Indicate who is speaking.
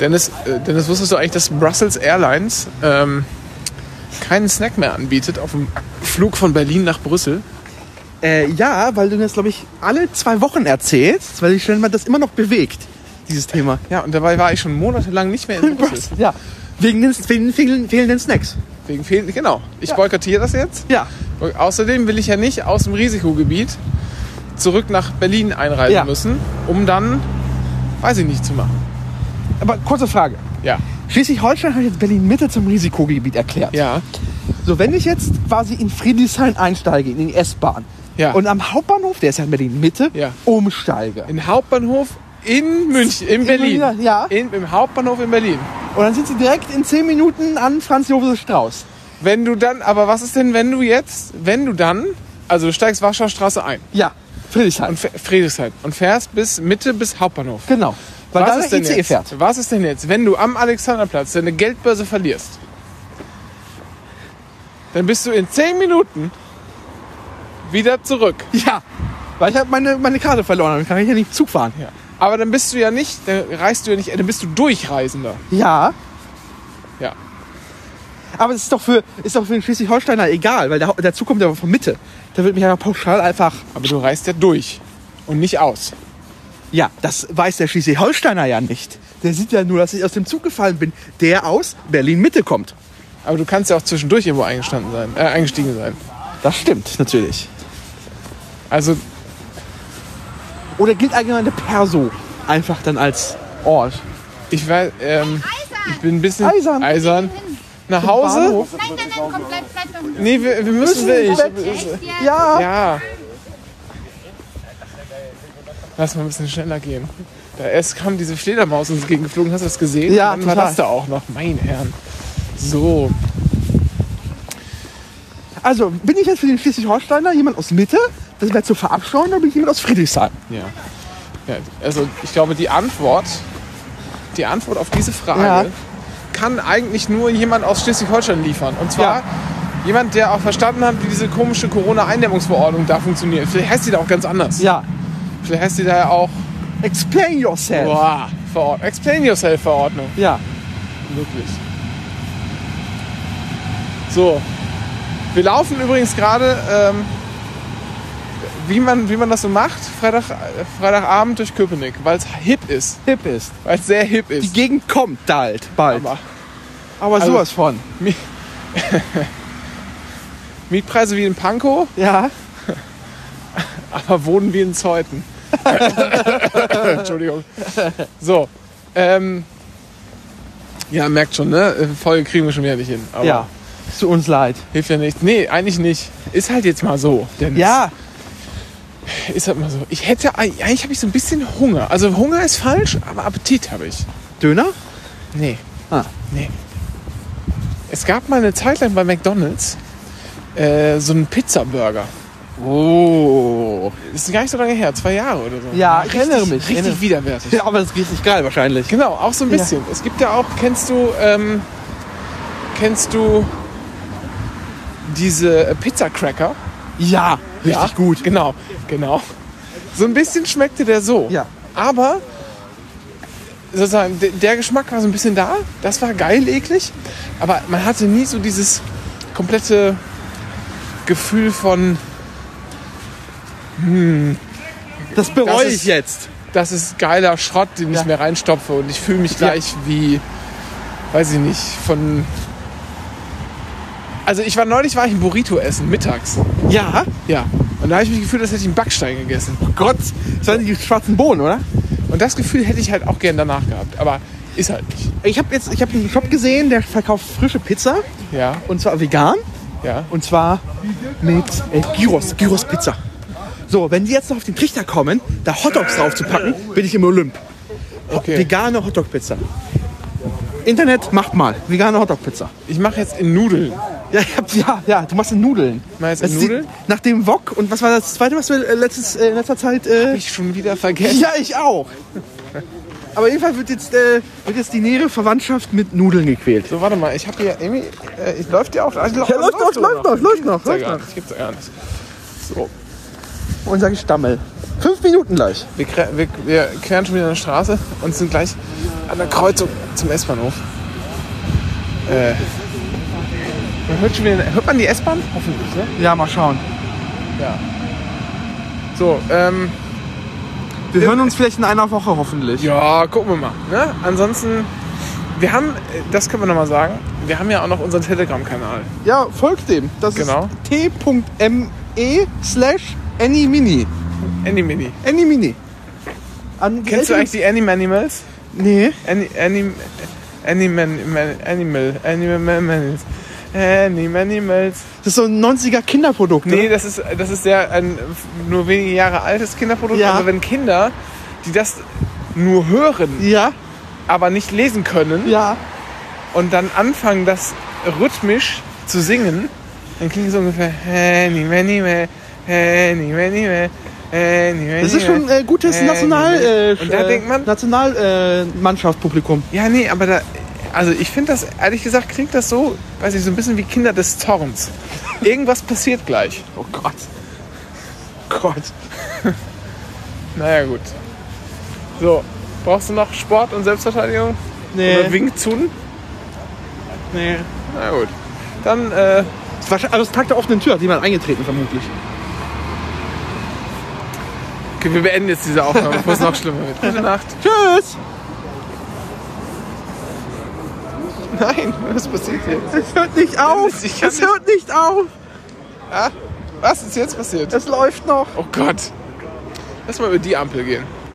Speaker 1: Dennis, äh, Dennis, wusstest du eigentlich, dass Brussels Airlines ähm, keinen Snack mehr anbietet auf dem Flug von Berlin nach Brüssel?
Speaker 2: Äh, ja, weil du das, glaube ich, alle zwei Wochen erzählst, weil ich schon mal das immer noch bewegt, dieses Thema.
Speaker 1: Ja, und dabei war ich schon monatelang nicht mehr in Brüssel.
Speaker 2: Ja, wegen den wegen, fehlenden- fehlenden Snacks.
Speaker 1: Wegen fehlen, genau. Ich boykottiere das jetzt.
Speaker 2: Ja,
Speaker 1: Außerdem will ich ja nicht aus dem Risikogebiet zurück nach Berlin einreisen
Speaker 2: Ja.
Speaker 1: müssen, um dann, weiß ich nicht, zu machen.
Speaker 2: aber kurze Frage.
Speaker 1: Ja,
Speaker 2: Schleswig-Holstein hat jetzt Berlin-Mitte zum Risikogebiet erklärt.
Speaker 1: ja,
Speaker 2: So, wenn ich jetzt quasi in Friedrichshain einsteige, in die S-Bahn,
Speaker 1: ja.
Speaker 2: und am Hauptbahnhof, der ist ja in Berlin-Mitte,
Speaker 1: Ja.
Speaker 2: umsteige.
Speaker 1: in Hauptbahnhof in München, in Berlin.
Speaker 2: Berlin, ja.
Speaker 1: In, Im Hauptbahnhof in Berlin.
Speaker 2: Und dann sind sie direkt in 10 Minuten an Franz Josef Strauß.
Speaker 1: Wenn du dann, aber was ist denn, wenn du jetzt, wenn du dann, also du steigst Warschaustraße ein
Speaker 2: Ja, Friedrichshain.
Speaker 1: und fäh- Friedrichshain und fährst bis Mitte bis Hauptbahnhof.
Speaker 2: genau. Weil da
Speaker 1: ist
Speaker 2: der
Speaker 1: denn
Speaker 2: ICE
Speaker 1: jetzt?
Speaker 2: fährt.
Speaker 1: Was ist denn jetzt, wenn du am Alexanderplatz deine Geldbörse verlierst? Dann bist du in 10 Minuten wieder zurück.
Speaker 2: Ja, weil ich habe meine, meine Karte verloren, dann kann ich ja nicht Zug fahren.
Speaker 1: Ja. Aber dann bist du ja nicht, dann reist du ja nicht, dann bist du Durchreisender.
Speaker 2: Ja,
Speaker 1: Ja.
Speaker 2: aber es ist doch für, ist doch für den Schleswig-Holsteiner egal, weil der, Hau- der Zug kommt ja von Mitte. Da wird mich ja pauschal einfach...
Speaker 1: Aber du reist ja durch und nicht aus.
Speaker 2: Ja, das weiß der Schleswig-Holsteiner ja nicht. Der sieht ja nur, dass ich aus dem Zug gefallen bin, der aus Berlin-Mitte kommt.
Speaker 1: Aber du kannst ja auch zwischendurch irgendwo eingestanden sein, äh, eingestiegen sein.
Speaker 2: Das stimmt, natürlich.
Speaker 1: Also
Speaker 2: Oder gilt allgemein der Perso einfach dann als Ort?
Speaker 1: ich weiß, ähm, ich bin ein bisschen
Speaker 2: Eisern.
Speaker 1: eisern. Nach Hause?
Speaker 2: Bahnhof?
Speaker 3: Nein, nein, nein, komm, bleib, bleib noch
Speaker 1: Nee, wir, wir müssen nicht.
Speaker 3: Echt jetzt?
Speaker 2: Ja.
Speaker 1: Ja. Lass mal ein bisschen schneller gehen. Da erst kam diese Fledermaus uns entgegengeflogen, hast du das gesehen?
Speaker 2: Ja,
Speaker 1: Und Dann war
Speaker 2: total.
Speaker 1: das da auch noch, mein Herrn. So,
Speaker 2: Also, bin ich jetzt für den Schleswig-Holsteiner jemand aus Mitte? Das wäre zu verabscheuen, oder bin ich jemand aus Friedrichshain?
Speaker 1: ja. ja. Also ich glaube, die Antwort, die Antwort auf diese Frage
Speaker 2: Ja.
Speaker 1: kann eigentlich nur jemand aus Schleswig-Holstein liefern. Und zwar
Speaker 2: Ja.
Speaker 1: jemand, der auch verstanden hat, wie diese komische Corona-Eindämmungsverordnung da funktioniert. Vielleicht heißt die da auch ganz anders.
Speaker 2: Ja.
Speaker 1: Vielleicht heißt die da ja auch
Speaker 2: Explain yourself.
Speaker 1: boah, Verordnung. Explain yourself Verordnung.
Speaker 2: Ja.
Speaker 1: Wirklich. So. Wir laufen übrigens gerade, ähm, wie, man, wie man das so macht, Freitag, äh, Freitagabend durch Köpenick, weil es hip ist,
Speaker 2: Hip ist.
Speaker 1: weil es sehr hip
Speaker 2: Die
Speaker 1: ist.
Speaker 2: Gegend kommt da halt bald.
Speaker 1: Aber
Speaker 2: Aber
Speaker 1: Also-
Speaker 2: sowas von.
Speaker 1: Mietpreise wie in Pankow,
Speaker 2: Ja.
Speaker 1: aber Wohnen wie in Zeuthen. Entschuldigung. So. Ähm, ja, merkt schon, ne? Äh, Folge kriegen wir schon wieder nicht hin. Aber
Speaker 2: Ja. Ist Zu uns leid.
Speaker 1: hilft ja nichts. Nee, eigentlich nicht. Ist halt jetzt mal so. Dennis.
Speaker 2: Ja.
Speaker 1: Ist halt mal so. Ich hätte, eigentlich habe ich so ein bisschen Hunger. Also Hunger ist falsch, aber Appetit habe ich.
Speaker 2: Döner?
Speaker 1: Nee.
Speaker 2: Ah.
Speaker 1: Nee. Es gab mal eine Zeit lang bei McDonalds äh, so einen Pizza-Burger.
Speaker 2: Oh.
Speaker 1: Das ist gar nicht so lange her, zwei Jahre oder so.
Speaker 2: Ja, ich
Speaker 1: richtig,
Speaker 2: erinnere mich,
Speaker 1: Richtig
Speaker 2: erinnere-
Speaker 1: widerwärtig.
Speaker 2: Ja, aber das ist richtig geil wahrscheinlich.
Speaker 1: Genau, auch so ein
Speaker 2: Ja.
Speaker 1: bisschen. Es gibt ja auch, kennst du, ähm, kennst du diese äh, Pizza-Cracker?
Speaker 2: Ja. Richtig gut.
Speaker 1: Genau, genau. So ein bisschen schmeckte der so.
Speaker 2: Ja.
Speaker 1: Aber sozusagen, de- der Geschmack war so ein bisschen da. Das war geil eklig. Aber man hatte nie so dieses komplette Gefühl von,
Speaker 2: Das
Speaker 1: Das
Speaker 2: bereue ich
Speaker 1: ist-
Speaker 2: jetzt.
Speaker 1: das ist geiler Schrott, den
Speaker 2: Ja.
Speaker 1: ich mir reinstopfe. Und ich fühle mich gleich wie, weiß ich nicht, von... Also ich war neulich, war ich ein Burrito essen, mittags.
Speaker 2: Ja. Oh
Speaker 1: Ja. Und da habe ich mich gefühlt, als hätte ich einen Backstein gegessen.
Speaker 2: Gott. Das waren die schwarzen Bohnen, oder?
Speaker 1: Und das Gefühl hätte ich halt auch gern danach gehabt. Aber ist halt nicht.
Speaker 2: Ich habe jetzt, ich habe einen Shop gesehen, der verkauft frische Pizza
Speaker 1: Ja,
Speaker 2: und zwar vegan
Speaker 1: ja.
Speaker 2: und zwar mit äh, Gyros, Gyros Pizza. So, wenn die jetzt noch auf den Trichter kommen, da Hotdogs draufzupacken, bin ich im Olymp.
Speaker 1: Okay.
Speaker 2: Vegane Hotdog Pizza. Internet, macht mal vegane Hotdog Pizza.
Speaker 1: Ich mache jetzt in Nudeln.
Speaker 2: Ja, ich hab, ja, ja, du machst in Nudeln.
Speaker 1: Meinst du in
Speaker 2: Das sieht-
Speaker 1: Nudeln?
Speaker 2: Nach dem Wok und was war das zweite, was wir äh, letztes, äh, in letzter Zeit äh,
Speaker 1: Ich schon wieder vergessen.
Speaker 2: Ja, ich auch. Aber jedenfalls wird jetzt, äh, wird jetzt die nähere Verwandtschaft mit Nudeln gequält.
Speaker 1: So, warte mal. Ich habe hier irgendwie... Äh, ich läuft ja auch... Also,
Speaker 2: Ja, läuft noch, läuft noch, läuft noch,
Speaker 1: Gibt's ja
Speaker 2: läuft
Speaker 1: gar
Speaker 2: noch.
Speaker 1: nicht. Gibt's ja gar nicht. So.
Speaker 2: Unser Gestammel. Fünf Minuten gleich.
Speaker 1: Wir, krä- wir, wir queren schon wieder eine Straße und sind gleich an der Kreuzung zum S-Bahnhof. Äh, man hört, schon wieder, hört man die S-Bahn? Hoffentlich, ne?
Speaker 2: Ja, mal schauen.
Speaker 1: Ja. So, ähm,
Speaker 2: Wir hören uns vielleicht in einer Woche hoffentlich.
Speaker 1: ja, gucken wir mal. Ne? Ansonsten, wir haben, äh, das können wir nochmal sagen, wir haben ja auch noch unseren Telegram-Kanal.
Speaker 2: Ja, folgt dem. Das
Speaker 1: Genau.
Speaker 2: ist t.me e slash Animini.
Speaker 1: Animini.
Speaker 2: Animini. An
Speaker 1: Kennst du eigentlich die Animanimals?
Speaker 2: Nee.
Speaker 1: Any, anim, animan, man, animal, animanimals. Animanimals.
Speaker 2: Das ist so ein ne? 90er Kinderprodukt.
Speaker 1: Nee,
Speaker 2: oder?
Speaker 1: das ist, das ist ja ein nur wenige Jahre altes Kinderprodukt.
Speaker 2: Ja.
Speaker 1: Aber wenn Kinder, die das nur hören,
Speaker 2: Ja,
Speaker 1: aber nicht lesen können
Speaker 2: ja.
Speaker 1: und dann anfangen, das rhythmisch zu singen, dann klingt es ungefähr Animanimals, Animanimals, Animanimals.
Speaker 2: Das ist schon äh, gutes
Speaker 1: Äh,
Speaker 2: National, äh,
Speaker 1: und da
Speaker 2: äh,
Speaker 1: denkt man-
Speaker 2: National äh, Mannschaftspublikum.
Speaker 1: Ja, nee, aber da. Also ich finde das, ehrlich gesagt, klingt das so, weiß ich, so ein bisschen wie Kinder des Zorns. Irgendwas passiert gleich.
Speaker 2: Oh Gott. Gott.
Speaker 1: Naja, gut. So, brauchst du noch Sport und Selbstverteidigung?
Speaker 2: Nee.
Speaker 1: Oder Wing Chun?
Speaker 2: nee.
Speaker 1: Na gut. Dann, äh,
Speaker 2: Wahrscheinlich, also es Tag der offenen Tür hat jemand eingetreten vermutlich.
Speaker 1: okay, wir beenden jetzt diese Aufnahme, bevor es noch schlimmer wird. Gute Nacht.
Speaker 2: Tschüss!
Speaker 1: Nein, was passiert jetzt?
Speaker 2: Es hört nicht auf!
Speaker 1: Ich kann
Speaker 2: es hört nicht auf!
Speaker 1: Was ist jetzt passiert?
Speaker 2: Es läuft noch!
Speaker 1: Oh Gott. Lass mal über die Ampel gehen.